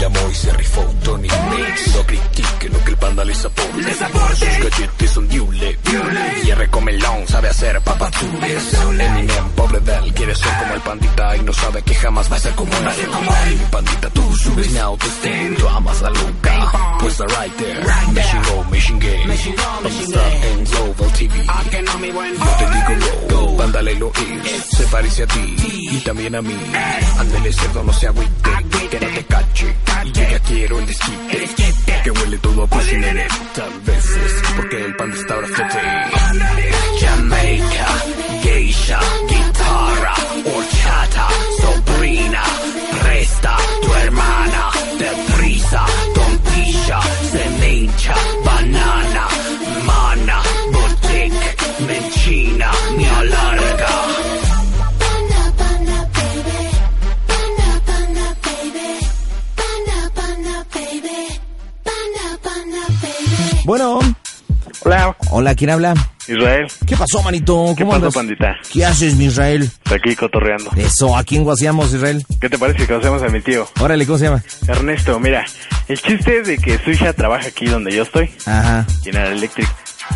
llamó y se rifó Tony Mix. No critique lo que el panda les aporte. Les aporte. Sus cachetes son diule. Diule. Y R comelón sabe hacer papatules. Papatules. Eminem, pobre de él, quiere ser como el pandita y no sabe que jamás va a ser como él. ser como él. Mi pandita, tú subes mi autoestima. Tú amas a Luca. Pues the right there. Right me there. chingó, me chingué. Me chingó, me Vamos a chingué. estar en Global TV. Ah, que no, mi buen. No te digo no, vándale lo es. Se parece a ti y también a mí. Ándale cerdo, no se agüite, que no te cache. Y yo ya quiero el El desquite, desquite. que huele todo a piscinero. Tal vez es porque el pan está ahora frete. Jamaica, geisha, guitarra, horchata, sobrina, presta, tu hermana, deprisa, tontilla, semilla, banana, mana, boutique, menchina, me alarga. Panda, panda, baby. Panda, panda, baby. Panda, panda, baby. Panda, panda, baby. Bueno, Hola, hola, ¿quién habla? Israel. ¿Qué pasó, manito? ¿Cómo ¿Qué pasó, andas? pandita? ¿Qué haces, mi Israel? Aquí cotorreando. Eso, ¿a quién guaseamos, Israel? ¿Qué te parece que conocemos a mi tío? Órale, ¿cómo se llama? Ernesto, mira, el chiste es de que Susha trabaja aquí donde yo estoy, Ajá. General Electric.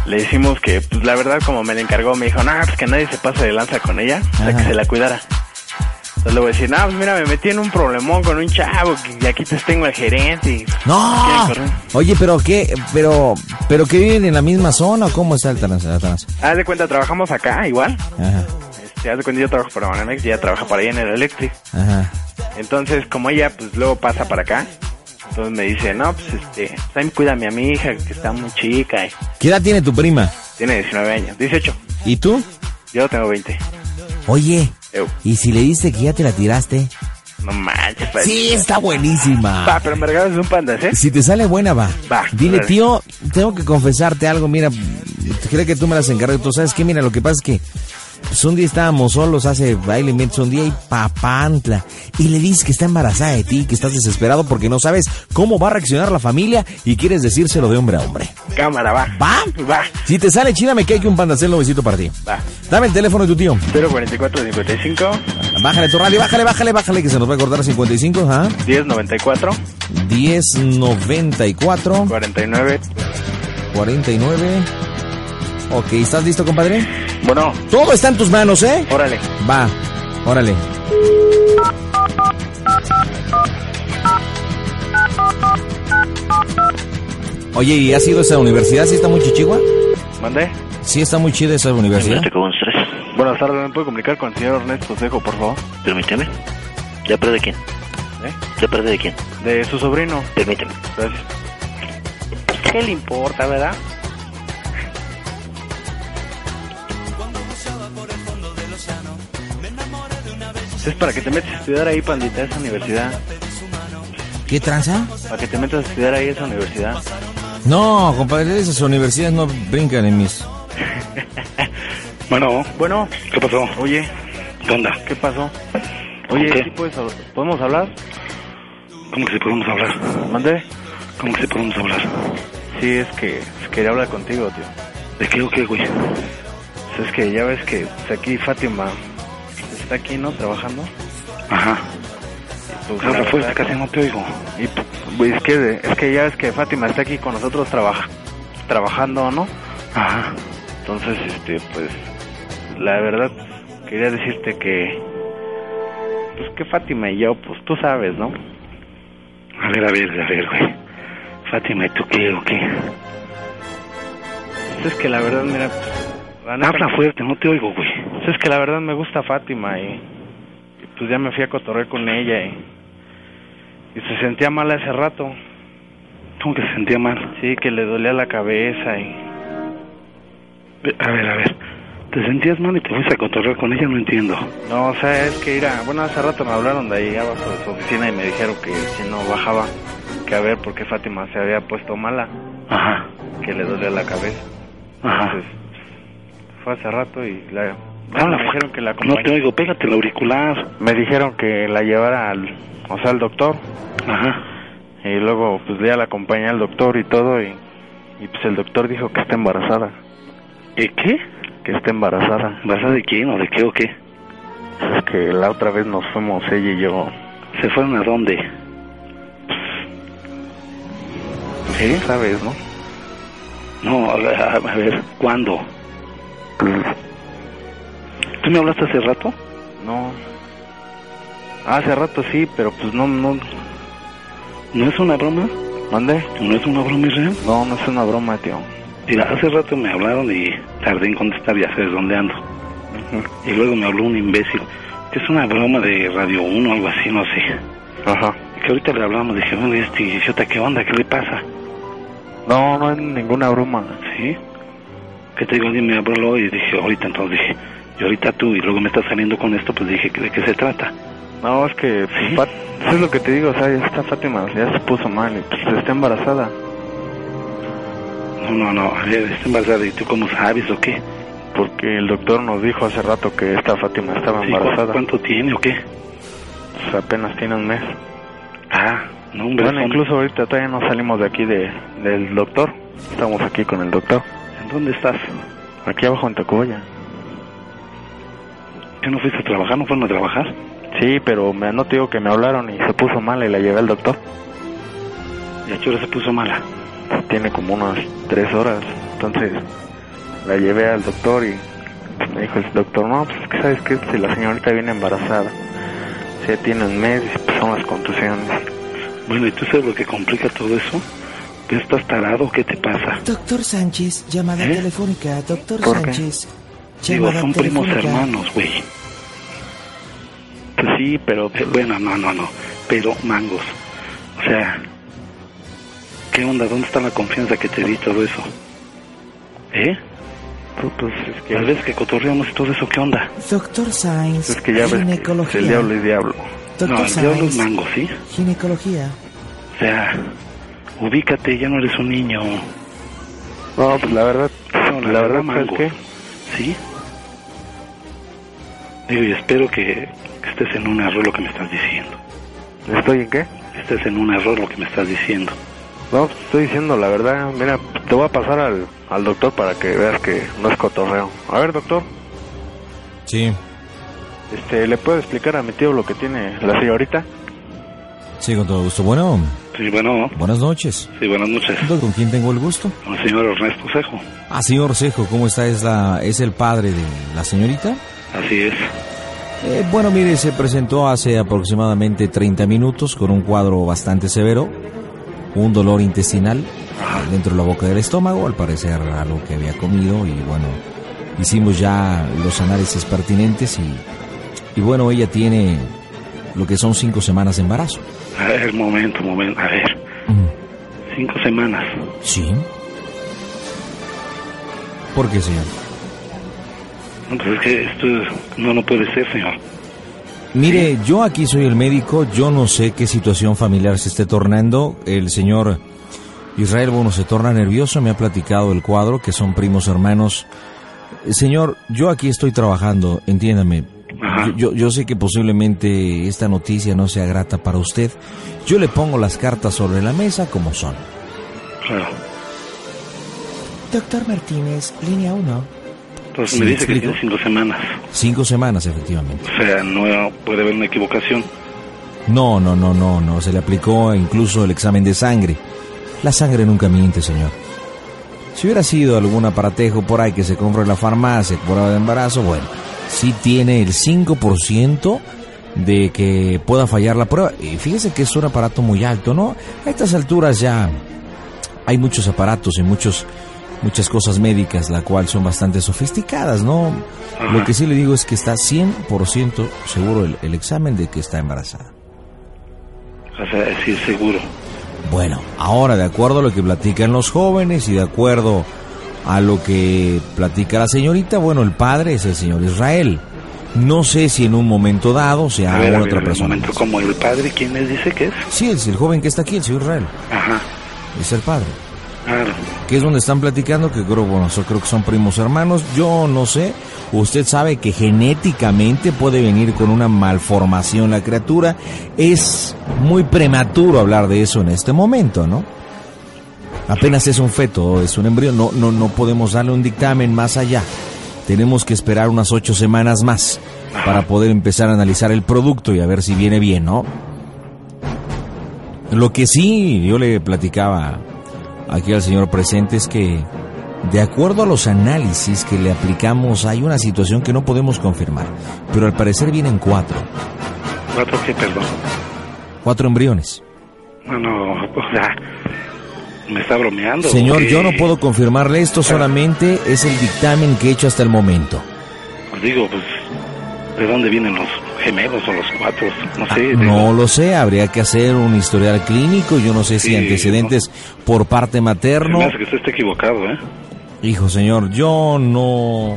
Le decimos que, pues la verdad, como me la encargó, me dijo, no, pues que nadie se pase de lanza con ella, o sea, Ajá. que se la cuidara. Entonces le voy a decir, no, pues mira, me metí en un problemón con un chavo y aquí te tengo al gerente. y- pues, ¡No! ¿Quieren correr? Oye, pero qué, pero, pero que viven en la misma zona o cómo está el trance? el trance? Haz de cuenta, trabajamos acá igual. Ajá, Este, haz de cuenta, yo trabajo para Banamex y ella trabaja para General Electric. ajá. Entonces, como ella, pues luego pasa para acá. Entonces me dice, no, pues este, Sam, cuídame a mi hija, que está muy chica. y ¿Qué edad tiene tu prima? Tiene 19 años, 18. ¿Y tú? Yo tengo 20. Oye, Eu, ¿y si le diste que ya te la tiraste? no manches, pa- Pues, Sí, está buenísima. Pa, pero me regalas un pandas, ¿eh? Si te sale buena, va. Va, Dile, órale. tío, tengo que confesarte algo. Mira, creo que tú me las encargas. Tú sabes que, mira, lo que pasa es que pues, un día estábamos solos hace baile, mientras un día y papantla. Y le dices que está embarazada de ti, que estás desesperado porque no sabes cómo va a reaccionar la familia y quieres decírselo de hombre a hombre. Cámara, va. ¿Va? Va. Si te sale china, me cae que un pandacel novecito para ti. Va. Dame el teléfono de tu tío. 044 55 Bájale tu radio, bájale, bájale, bájale, que se nos va a cortar a 55, ajá. 10 94 10, 94, 49. 49. Ok, ¿estás listo, compadre? Bueno, Todo está en tus manos, ¿eh? órale. Va, órale. Oye, ¿y has ido a esa universidad? ¿Sí está muy chichigua? ¿Mandé? Sí está muy chida esa universidad. Ernesto Cobón Stress, Buenas tardes, ¿me puedo comunicar con el señor Ernesto Dejo, por favor? permíteme. ¿De parte de quién? ¿Eh? ¿De parte de quién? De su sobrino. Permíteme. Gracias. ¿Qué le importa, verdad? Es para que te metas a estudiar ahí, pandita, esa universidad. ¿Qué tranza? Para que te metas a estudiar ahí, esa universidad. No, compadre, esas universidades no brincan en mis... Bueno, Bueno, ¿qué pasó? oye, ¿Qué onda? ¿qué pasó? Oye, ¿Qué? ¿sí puedes hab- ¿podemos hablar? ¿Cómo que si podemos hablar? ¿Mandé? ¿Cómo que si podemos hablar? Sí, es que quería hablar contigo, tío. ¿De qué o qué, güey? Pues Es que ya ves que pues, aquí Fátima está aquí, ¿no? Trabajando. Ajá. Pues, la Habla fuerte, verdad- casi no te oigo. Y pues, es que es que ya ves que Fátima está aquí con nosotros trabaja, trabajando, ¿no? Ajá. Entonces, este, pues la verdad quería decirte que pues que Fátima y yo, pues tú sabes, ¿no? A ver, a ver, a ver, güey. Fátima, ¿y tú qué o qué? Pues, es que la verdad, mira, pues, la neta- Habla fuerte, no te oigo, güey. pues, es que la verdad me gusta Fátima y, y, pues ya me fui a cotorrear con ella y, y se sentía mal hace rato. ¿Cómo que se sentía mal? Sí, que le dolía la cabeza y Ve- A ver, a ver. ¿Te sentías mal y te fuiste a controlar con ella? No entiendo. no, o sea, es que ir a, bueno, hace rato me hablaron de ahí abajo de su oficina y me dijeron que si no bajaba, que a ver por qué Fátima se había puesto mala, Ajá. que le dolía la cabeza. Ajá. Entonces, fue hace rato y la, bueno, Habla me dijeron que la fuerte. No te acompañ- oigo, pégate el auricular. pues, me dijeron que la llevara al, o sea, al doctor Ajá. y luego pues ya la acompañé al doctor y todo y, y pues el doctor dijo que está embarazada, ¿Eh, qué? que está embarazada. ¿Vas a de quién o de qué o qué? Es que la otra vez nos fuimos ella y yo ¿Se fueron a dónde? ¿Eh? Sabes, ¿no? No, a ver, a ver, ¿cuándo? Mm. ¿Tú me hablaste hace rato? No. Ah, Hace rato sí, pero pues no, no. ¿No es una broma? ¿Mande? ¿No es una broma real? No, no es una broma, tío. Mira, hace rato me hablaron y tardé en contestar, ya sabes dónde ando. Y luego me habló un imbécil, que es una broma de Radio 1 o algo así, no sé. Ajá. Que ahorita le hablamos, dije, bueno, ¿y este idiota qué onda? ¿Qué le pasa? No, no es ninguna broma. ¿Sí? Que te digo, alguien me habló y dije, ahorita, entonces dije, y ahorita tú, y luego me estás saliendo con esto, pues dije, ¿de qué se trata? No, es que, pues, Fat- eso es lo que te digo, o sea, ya está Fátima, ya se puso mal, y, pues está embarazada. No, no, no, a ver, está embarazada, ¿y tú cómo sabes o qué? Porque el doctor nos dijo hace rato que esta Fátima estaba Sí, ¿cu- embarazada. ¿Cuánto tiene o qué? Pues apenas tiene un mes. Ah, no, hombre, Bueno, ¿cómo? incluso ahorita todavía no salimos de aquí de, del doctor. Estamos aquí con el doctor. ¿En dónde estás? Aquí abajo en Tacubaya. ¿Qué no fuiste a trabajar? ¿No fueron a trabajar? Sí, pero me, no te digo que me hablaron y se puso mal y la llevé al doctor. ¿Y a qué hora se puso mala? Tiene como unas tres horas. Entonces la llevé al doctor y me dijo el doctor, no, pues es que sabes que si la señorita viene embarazada, si ya tiene un mes, pues son las contusiones. Bueno, ¿y tú sabes lo que complica todo eso? ¿Tú estás tarado? ¿Qué te pasa? Doctor Sánchez, llamada ¿Eh? telefónica. Doctor ¿Por qué? Sánchez, Digo, llamada son primos telefónica. hermanos, güey. Pues sí, pero Eh, bueno, no, no, no. Pero mangos. O sea, ¿qué onda? ¿Dónde está la confianza que te di todo eso? ¿Eh? pues, pues, es Las que, veces que cotorreamos y todo eso, ¿qué onda? Doctor Sainz, es que ya ves que ginecología. el diablo es diablo. No, Doctor el diablo es Sainz, mango, ¿sí? ginecología. O sea, ubícate, ya no eres un niño, No, pues la verdad, No, la la verdad, verdad, ¿sabes mango. qué? ¿sí? Digo, y espero que, que estés en un error lo que me estás diciendo. ¿Estoy en qué? Estés en un error lo que me estás diciendo. No, pues, estoy diciendo la verdad. Mira, te voy a pasar al, al doctor para que veas que no es cotorreo. A ver, doctor, Sí, este, ¿le puedo explicar a mi tío lo que tiene la señorita? sí, con todo gusto. Bueno, Sí, bueno, buenas noches. sí, buenas noches. ¿Con quién tengo el gusto? Con el señor Ernesto Cejo. Ah, señor Cejo, ¿cómo está? ¿Es, la, es el padre de la señorita? Así es. Eh, bueno, mire, se presentó hace aproximadamente 30 minutos con un cuadro bastante severo, un dolor intestinal dentro de la boca del estómago, al parecer algo que había comido y bueno, hicimos ya los análisis pertinentes y, y bueno, ella tiene lo que son cinco semanas de embarazo. A ver, momento, momento. A ver, Mm. cinco semanas. ¿Sí? ¿Por qué, señor? No, pues es que esto es- no, no puede ser, señor. Mire, yo aquí soy el médico, yo no sé qué situación familiar se esté tornando. El señor Israel Bono se torna nervioso, me ha platicado el cuadro, que son primos hermanos. Eh, Señor, yo aquí estoy trabajando, entiéndame. Ajá. Yo, yo sé que posiblemente esta noticia no sea grata para usted. Yo le pongo las cartas sobre la mesa como son. Claro. Doctor Martínez, línea 1. Entonces Sí, me me dice que explico. tiene cinco semanas. Cinco semanas, efectivamente. O sea, no puede haber una equivocación. No, no, no, no, no. Se le aplicó incluso el examen de sangre. La sangre nunca miente, señor. Si hubiera sido algún aparatejo por ahí que se compra en la farmacia, curado de embarazo, bueno, sí tiene el 5% de que pueda fallar la prueba. Y fíjese que es un aparato muy alto, ¿no? A estas alturas ya hay muchos aparatos y muchos muchas cosas médicas, la cual son bastante sofisticadas, ¿no? Lo que sí le digo es que está 100% seguro el- el examen de que está embarazada. O sea, sí, seguro. Bueno, ahora de acuerdo a lo que platican los jóvenes y de acuerdo a lo que platica la señorita, bueno, el padre es el señor Israel. No sé si en un momento dado sea a ver, a ver, otra un persona. momento, como el padre, ¿quién les dice que es? Sí, es el joven que está aquí, el señor Israel, Ajá, es el padre. claro. Que es donde están platicando que creo, bueno, yo creo que son primos hermanos. Yo no sé. Usted sabe que genéticamente puede venir con una malformación la criatura. Es muy prematuro hablar de eso en este momento, ¿no? Apenas es un feto, es un embrión, no, no, no podemos darle un dictamen más allá. Tenemos que esperar unas ocho semanas más para poder empezar a analizar el producto y a ver si viene bien, ¿no? Lo que sí, yo le platicaba aquí al señor presente es que, de acuerdo a los análisis que le aplicamos, hay una situación que no podemos confirmar, pero al parecer vienen cuatro, ¿Cuatro qué, pues perdón? cuatro embriones. No, no, o sea, me está bromeando. Señor, ¿o yo qué? no puedo confirmarle esto, solamente es el dictamen que he hecho hasta el momento. Pues digo, pues, ¿de dónde vienen los gemelos o los cuatro? No sé. Ah, No lo sé, habría que hacer un historial clínico, yo no sé si Sí, antecedentes por parte Se me materno. hace que usted está equivocado, ¿eh? Hijo señor, yo no...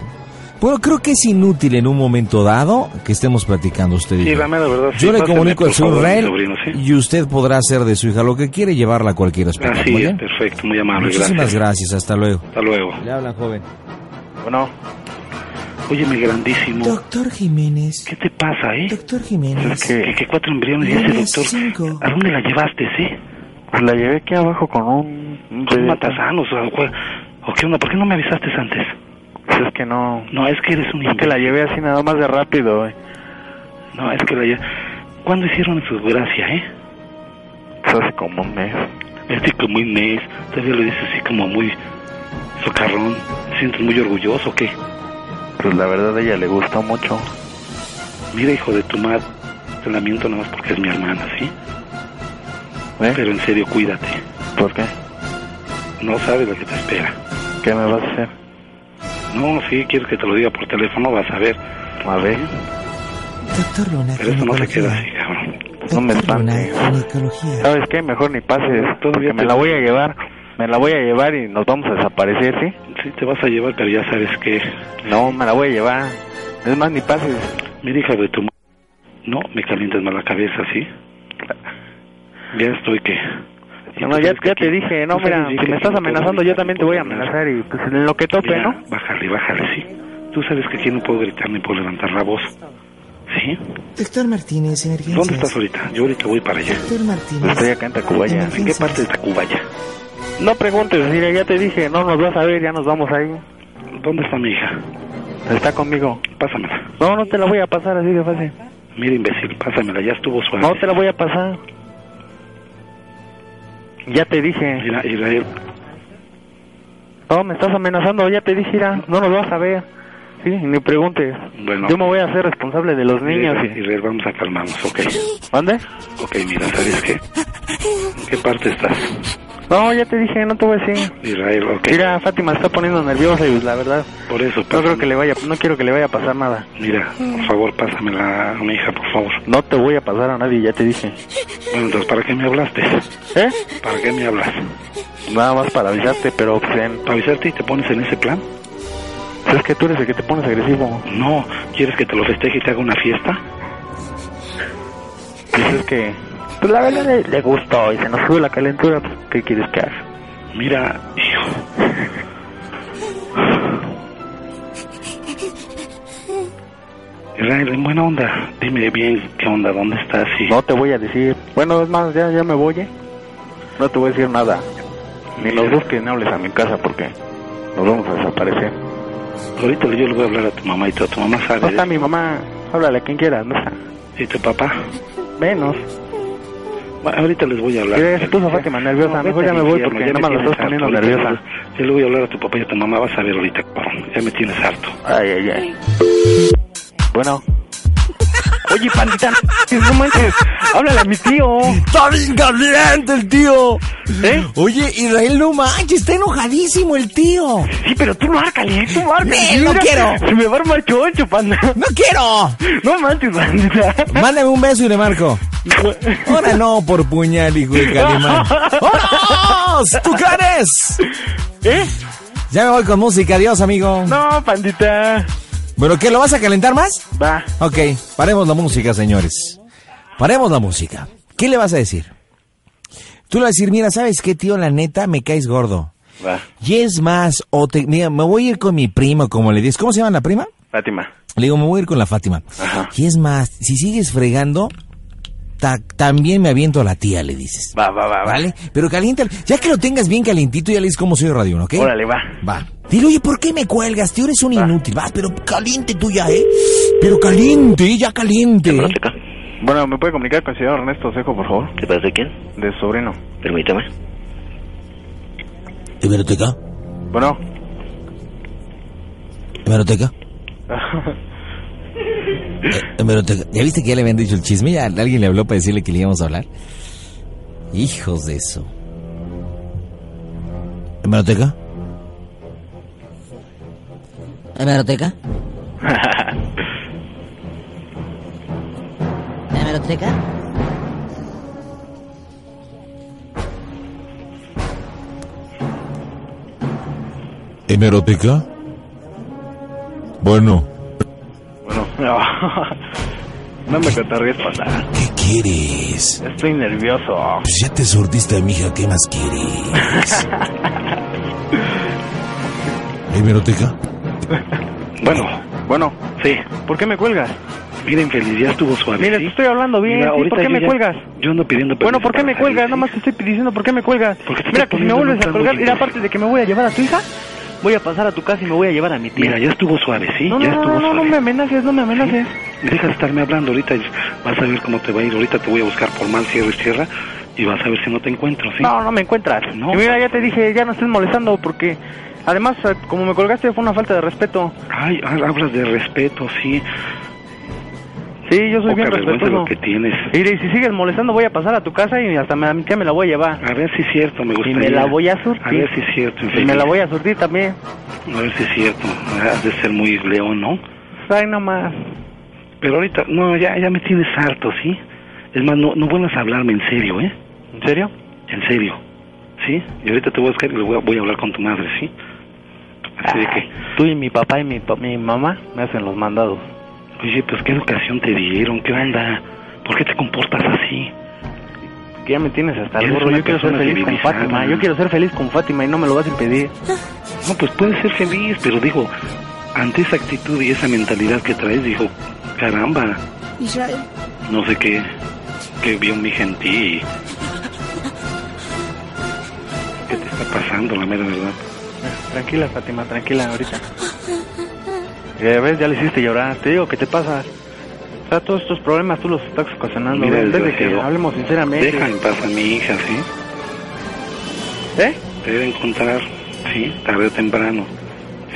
Bueno, creo que es inútil en un momento dado que estemos platicando usted. y Sí, yo. la mera verdad. sí, Yo le páseme, comunico por al señor favor, mi Rael sobrino, ¿sí? y usted podrá hacer de su hija lo que quiere y llevarla a cualquier hospital. Así Ah, ¿muy es, bien? perfecto, muy amable, Muchísimas gracias. gracias, hasta luego. Hasta luego. Le hablan, joven. Bueno, Oye, mi grandísimo, Doctor Jiménez. ¿qué te pasa, eh? Doctor Jiménez. ¿Qué? Que, que cuatro embriones y ese Embriones, doctor, Ah, cinco. ¿a dónde la llevaste, eh? pues la llevé aquí abajo con un... un ¿Con bebé. matasanos o, cuál- o qué onda? ¿Por qué no me avisaste antes? Pues es que no... No, es que eres un Es que la imbécil. llevé así nada más de rápido, eh. güey. No, es que la llevé. ¿Cuándo hicieron su gracia, eh? Pues hace como un mes. Este como muy mes, todavía lo dices así como muy socarrón. ¿Te sientes muy orgulloso o qué? Pues la verdad a ella le gustó mucho. Mira, hijo de tu madre, te lamento nada más porque es mi hermana, ¿sí? ¿Eh? Pero en serio, cuídate. ¿Por qué? No sabes lo que te espera. ¿Qué me vas a hacer? No, sí, quieres que te lo diga por teléfono, vas a ver. A ver, Doctor Luna. Pero esto no se ¿eh? queda ginecología. así, cabrón. no me Doctor Luna, espantes. Ah. ginecología. ¿Sabes qué? Mejor ni pases, porque me te- la voy a llevar. Me la voy a llevar y nos vamos a desaparecer, ¿sí? Sí, te vas a llevar, pero ya sabes que... No, me la voy a llevar. Es más, ni pases. Mira, hija de tu madre, no me calientes mal la cabeza, ¿sí? Ya estoy que... No, no, ya, ya te dije, no, mira, si me estás amenazando, yo también te voy a amenazar y pues en lo que tope, Mira, ¿no? Bájale, bájale, sí. Tú sabes que aquí no puedo gritar ni puedo levantar la voz. ¿Sí? Doctor Martínez, emergencias. ¿Dónde estás ahorita? Yo ahorita voy para allá. Doctor Martínez. Estoy acá en Tacubaya. ¿En qué parte de Tacubaya? No preguntes, mira, ya te dije, no nos vas a ver, ya nos vamos ahí. ¿Dónde está mi hija? Está conmigo. Pásamela. No, no te la voy a pasar así de fácil. Mira, imbécil, pásamela. Ya estuvo suave. No te la voy a pasar. Ya te dije. Mira, Israel, No, me estás amenazando, ya te dije, mira, no nos vas a ver. Sí, ni preguntes. Bueno. Yo me voy a hacer responsable de los niños. Israel, y- Israel, vamos a calmarnos, ok. ¿Mande? Ok, mira, ¿sabes qué? ¿En qué parte estás? No, ya te dije, no te voy a decir. Israel, ok. Mira, Fátima está poniendo nerviosa y pues, la verdad, Por eso, no pásame- creo que le vaya, no quiero que le vaya a pasar nada. Mira, por favor, pásamela a mi hija, por favor. No te voy a pasar a nadie, ya te dije. Bueno, entonces, ¿para qué me hablaste? ¿Eh? ¿Para qué me hablas? Nada más para avisarte, pero pues, en- pues, ¿Para avisarte y te pones en ese plan? es que tú eres el que te pones agresivo. No, ¿quieres que te lo festeje y te haga una fiesta? Pues es que, pues la verdad le, le gustó y se nos sube la calentura, pues ¿qué quieres que haga? Mira, hijo. Israel, en buena onda, dime bien qué onda, dónde estás y... No te voy a decir. Bueno, es más, ya, ya me voy, ¿eh? No te voy a decir nada. Ni los dos que no hables a mi casa porque nos vamos a desaparecer. Ahorita yo le voy a hablar a tu mamá y todo. Tu mamá No sabe. ¿eh? está mi mamá. Háblale a quien quieras, no está. ¿Y tu papá? Menos. Bueno, ahorita les voy a hablar. Mira, se puso Fátima nerviosa. vete Mejor ya al me voy infierno, porque ya nada me más la tienes estás harto. poniendo Ahorita nerviosa. les- Yo le voy a hablar a tu papá y a tu mamá. Vas a ver ahorita, cabrón. Ya me tienes harto. Ay, ay, ay. Bueno. Oye, pandita, no manches. Háblale a mi tío. ¡Está bien caliente el tío! ¿Eh? Oye, Israel, no manches, está enojadísimo el tío. Sí, pero tú no árcale, tú Sí, Eh, no quiero. Se me va a armar chocho, panda. ¡No quiero! No manches, pandita. Mándame un beso y le marco. Ahora no, por puñal, hijo de Calimán. ¡Vámonos! ¡Tú qué eres! ¿Eh? Ya me voy con música, adiós, amigo. No, pandita. ¿Pero qué, lo vas a calentar más? Va. Ok, paremos la música, señores. Paremos la música. ¿Qué le vas a decir? Tú le vas a decir, mira, ¿sabes qué, tío? La neta, me caes gordo. Va. Y es más, o te, mira, me voy a ir con mi prima, como le dices. ¿Cómo se llama la prima? Fátima. Le digo, me voy a ir con la Fátima. Ajá. Y es más, si sigues fregando, ta- también me aviento a la tía, le dices. Va, va, va, va. ¿Vale? Pero caliéntalo. Ya que lo tengas bien calientito, ya le dices cómo soy de Radio uno, ¿ok? Órale, va. Va. Dile, oye, ¿por qué me cuelgas? Tío, eres un inútil. Va, pero caliente tú ya, ¿eh? Pero caliente, ya caliente. ¿Te acá? Bueno, ¿me puede comunicar con el señor Ernesto Seco, por favor? ¿Te parece quién? De su sobrino. Permítame. ¿Hemeroteca? Bueno, ¿Hemeroteca? Eh, hemeroteca. ¿Ya viste que ya le habían dicho el chisme? ¿Ya alguien le habló para decirle que le íbamos a hablar? Hijos de eso. ¿Hemeroteca? ¿Hemeroteca? ¿Hemeroteca? ¿Hemeroteca? Bueno, bueno, no, no me catarríes pasar. ¿Qué quieres? Estoy nervioso. Pues ya te sordiste, mija, ¿qué más quieres? ¿hemeroteca? Bueno, Bueno, sí. ¿por qué me cuelgas? Mira, infeliz, ya estuvo suave. Mira, ¿sí? te estoy hablando bien. Mira, ¿sí? ahorita ¿Por qué yo me ya- cuelgas? Yo ando pidiendo permiso Bueno, ¿por qué para me salir, cuelgas? ¿sí? Nada más te estoy diciendo por qué me cuelgas. Porque te Mira, estoy que si me poniendo en un vuelves a plan muy colgar, y intenso. aparte de que me voy a llevar a tu hija, voy a pasar a tu casa y me voy a llevar a mi tía. Mira, ya estuvo suave, ¿sí? no, no, ya no, estuvo no, no, suave. no me amenaces, no me amenaces. Deja de estarme hablando ahorita. y Vas a ver cómo te va a ir. Ahorita te voy a buscar por mal cierre y cierra. Y vas a ver si no te encuentro, ¿sí? No, no me encuentras. No. Y mira, ya te dije, ya no estés molestando porque además, eh, como me colgaste, fue una falta de respeto. Ay, hablas de respeto, sí. Sí, yo soy Poca bien vergüenza respetuoso. lo que tienes. Mira, Y si sigues molestando, voy a pasar a tu casa y hasta me- a mi tía me la voy a llevar. A ver si es cierto, me Y gustaría. me la voy a surtir. A ver si es cierto, Y infeliz. me la voy a surtir también. A ver si es cierto. Has de ser muy león, ¿no? Ay, nomás. Pero ahorita, no, ya, ya me tienes harto, ¿sí? Es más, no, no vuelvas a hablarme en serio, ¿eh? ¿En serio? En serio. ¿Sí? Y ahorita te voy a buscar y le voy a, voy a hablar con tu madre, ¿sí? Así de que, Tú y mi papá y mi, pa- mi mamá me hacen los mandados. oye, pues qué educación te dieron, ¿qué onda? ¿Por qué te comportas así? Que ya me tienes hasta el Eres gorro. una Yo quiero ser persona feliz con civilizada. Fátima. Yo quiero ser feliz con Fátima y no me lo vas a impedir. No, pues puedes ser feliz, pero digo, ante esa actitud y esa mentalidad que traes, dijo, caramba, Israel. no sé qué, qué vio mi en ti. y- ¿Qué te está pasando, la mera verdad? Tranquila, Fátima, tranquila ahorita. Ya ves, ya le hiciste llorar. Te digo, ¿qué te pasa? O sea, todos estos problemas tú los estás ocasionando. Mira, ¿ves? Desde que desgraciado. hablemos sinceramente. Deja en paz a mi hija, ¿sí? ¿Eh? Te debe encontrar, ¿sí? Tarde o temprano,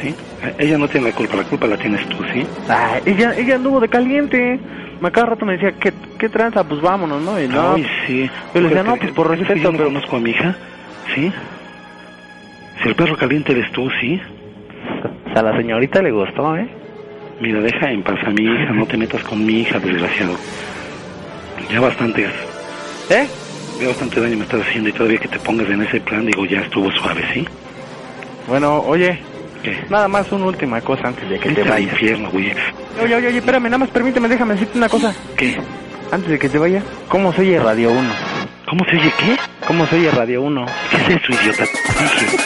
¿sí? Eh, Ella no tiene la culpa, la culpa la tienes tú, ¿sí? Ay, ella, ella anduvo de caliente. Me cada rato me decía, ¿qué, qué tranza? Pues vámonos, ¿no? Y no, pues, Ay, sí. Yo le decía, Porque no, pues, por es que respeto, yo no pero- conozco a mi hija, ¿sí? Si el perro caliente eres tú, ¿sí? pues, a la señorita le gustó, ¿eh? Mira, deja en paz a mi hija, no te metas con mi hija, desgraciado. Ya bastante, ¿Eh? ya bastante daño me estás haciendo y todavía que te pongas en ese plan, digo, ya estuvo suave, ¿sí? Bueno, oye, ¿Qué? nada más una última cosa antes de que te Vete al vayas. infierno, güey. Oye, oye, oye, espérame, nada más permíteme, déjame decirte una cosa. ¿Qué? Antes de que te vaya, ¿cómo se oye Radio 1? ¿Cómo se oye qué? ¿Cómo se oye Radio 1? ¿Qué es eso, idiota? Dije,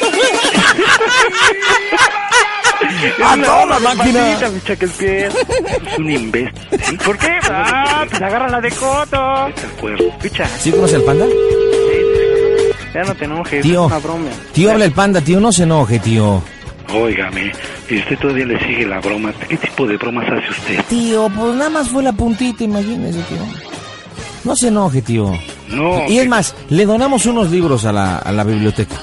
¡A toda máquina! Maldita, mi chaquespier. Es un imbécil, ¿sí? ¿Por qué? Ah, pues agárrala de coto. Te acuerdo. Picha, ¿Sí conoce el panda? ya no te enojes, Tío. es una broma. Tío, habla el panda, tío, no se enoje, tío. Óigame, y usted todavía le sigue la broma. ¿Qué tipo de bromas hace usted? Tío, pues nada más fue la puntita, imagínese, tío. No se enoje, tío. No, Y es que- más, le donamos unos libros a la, a la biblioteca.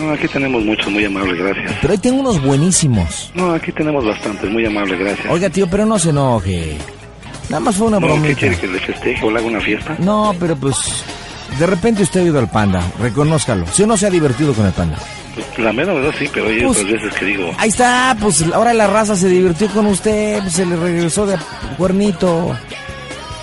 no, aquí tenemos muchos, muy amables, gracias. Pero ahí tengo unos buenísimos. No, aquí tenemos bastantes, muy amables, gracias. Oiga, tío, pero no se enoje. Nada más fue una No, ¿Qué bromita. quiere que le festeje o le haga una fiesta? No, pero pues... De repente usted ha ido al panda, reconózcalo. Si no se ha divertido con el panda. Pues, la mera verdad sí, pero hay Pues- otras veces que digo, Ahí está, pues ahora la raza se divirtió con usted, pues, se le regresó de cuernito.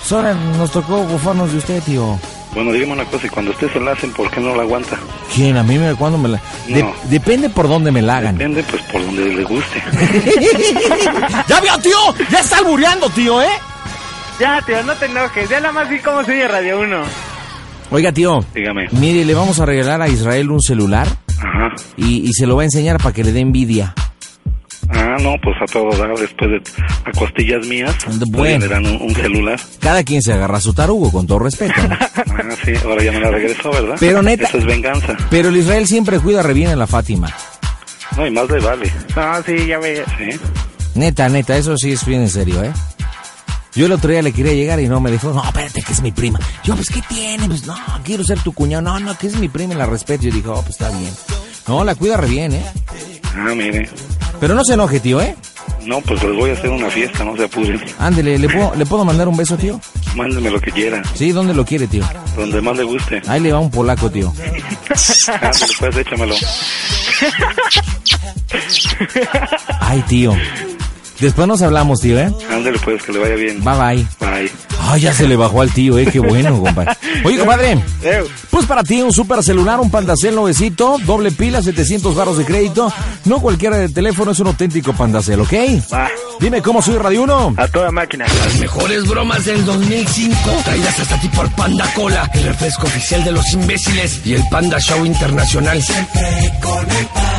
Pues, ahora nos tocó bufarnos de usted, tío. bueno, dígame una cosa, y cuando usted se la hacen, ¿por qué no la aguanta? ¿Quién? A mí me, cuando me la... de- No. depende por dónde me la hagan. Depende, pues, por donde le guste. ¡Ya vio, tío! ¡Ya está albureando, tío, eh! Ya, tío, no te enojes, ya nada más vi cómo se oye Radio 1. Oiga, tío, Dígame. mire, le vamos a regalar a Israel un celular Ajá. y, y se lo va a enseñar para que le dé envidia. Ah, no, pues a todo dar, después de a costillas mías, Bueno. pues, le dan un, un celular. Cada quien se agarra a su tarugo, con todo respeto. ¿no? Ah, sí, ahora ya me la regresó, ¿verdad? Pero neta- Eso es venganza. Pero el Israel siempre cuida re bien a la Fátima. No, y más le vale, No, sí, ya ve. ¿sí? Neta, neta, eso sí es bien en serio, ¿eh? Yo el otro día le quería llegar y no, me dijo, no, espérate, que es mi prima. Yo, pues, ¿qué tiene? Pues, no, quiero ser tu cuñado. No, no, que es mi prima y la respeto. Yo dije, oh, pues, está bien. No, la cuida re bien, ¿eh? Ah, mire. Pero no se enoje, tío, ¿eh? No, pues les voy a hacer una fiesta, no se apuren. Ándele, ¿le puedo, ¿le puedo mandar un beso, tío? Mándeme lo que quiera, Sí, ¿dónde lo quiere, tío? donde más le guste. Ahí le va un polaco, tío. Ándale, pues échamelo. Ay, tío. Después nos hablamos, tío, ¿eh? Ándale, pues, que le vaya bien. Bye, bye. Bye. Ay, ya se le bajó al tío, eh, qué bueno, compadre. Oye, compadre, pues para ti un super celular, un pandacel nuevecito, doble pila, 700 barros de crédito, no cualquiera de teléfono, es un auténtico pandacel, ¿ok? Va. Dime cómo soy Radio 1. A toda máquina. Mejores bromas del 2005 traídas hasta ti por Panda Cola, el refresco oficial de los imbéciles y el Panda Show Internacional. Siempre conectados.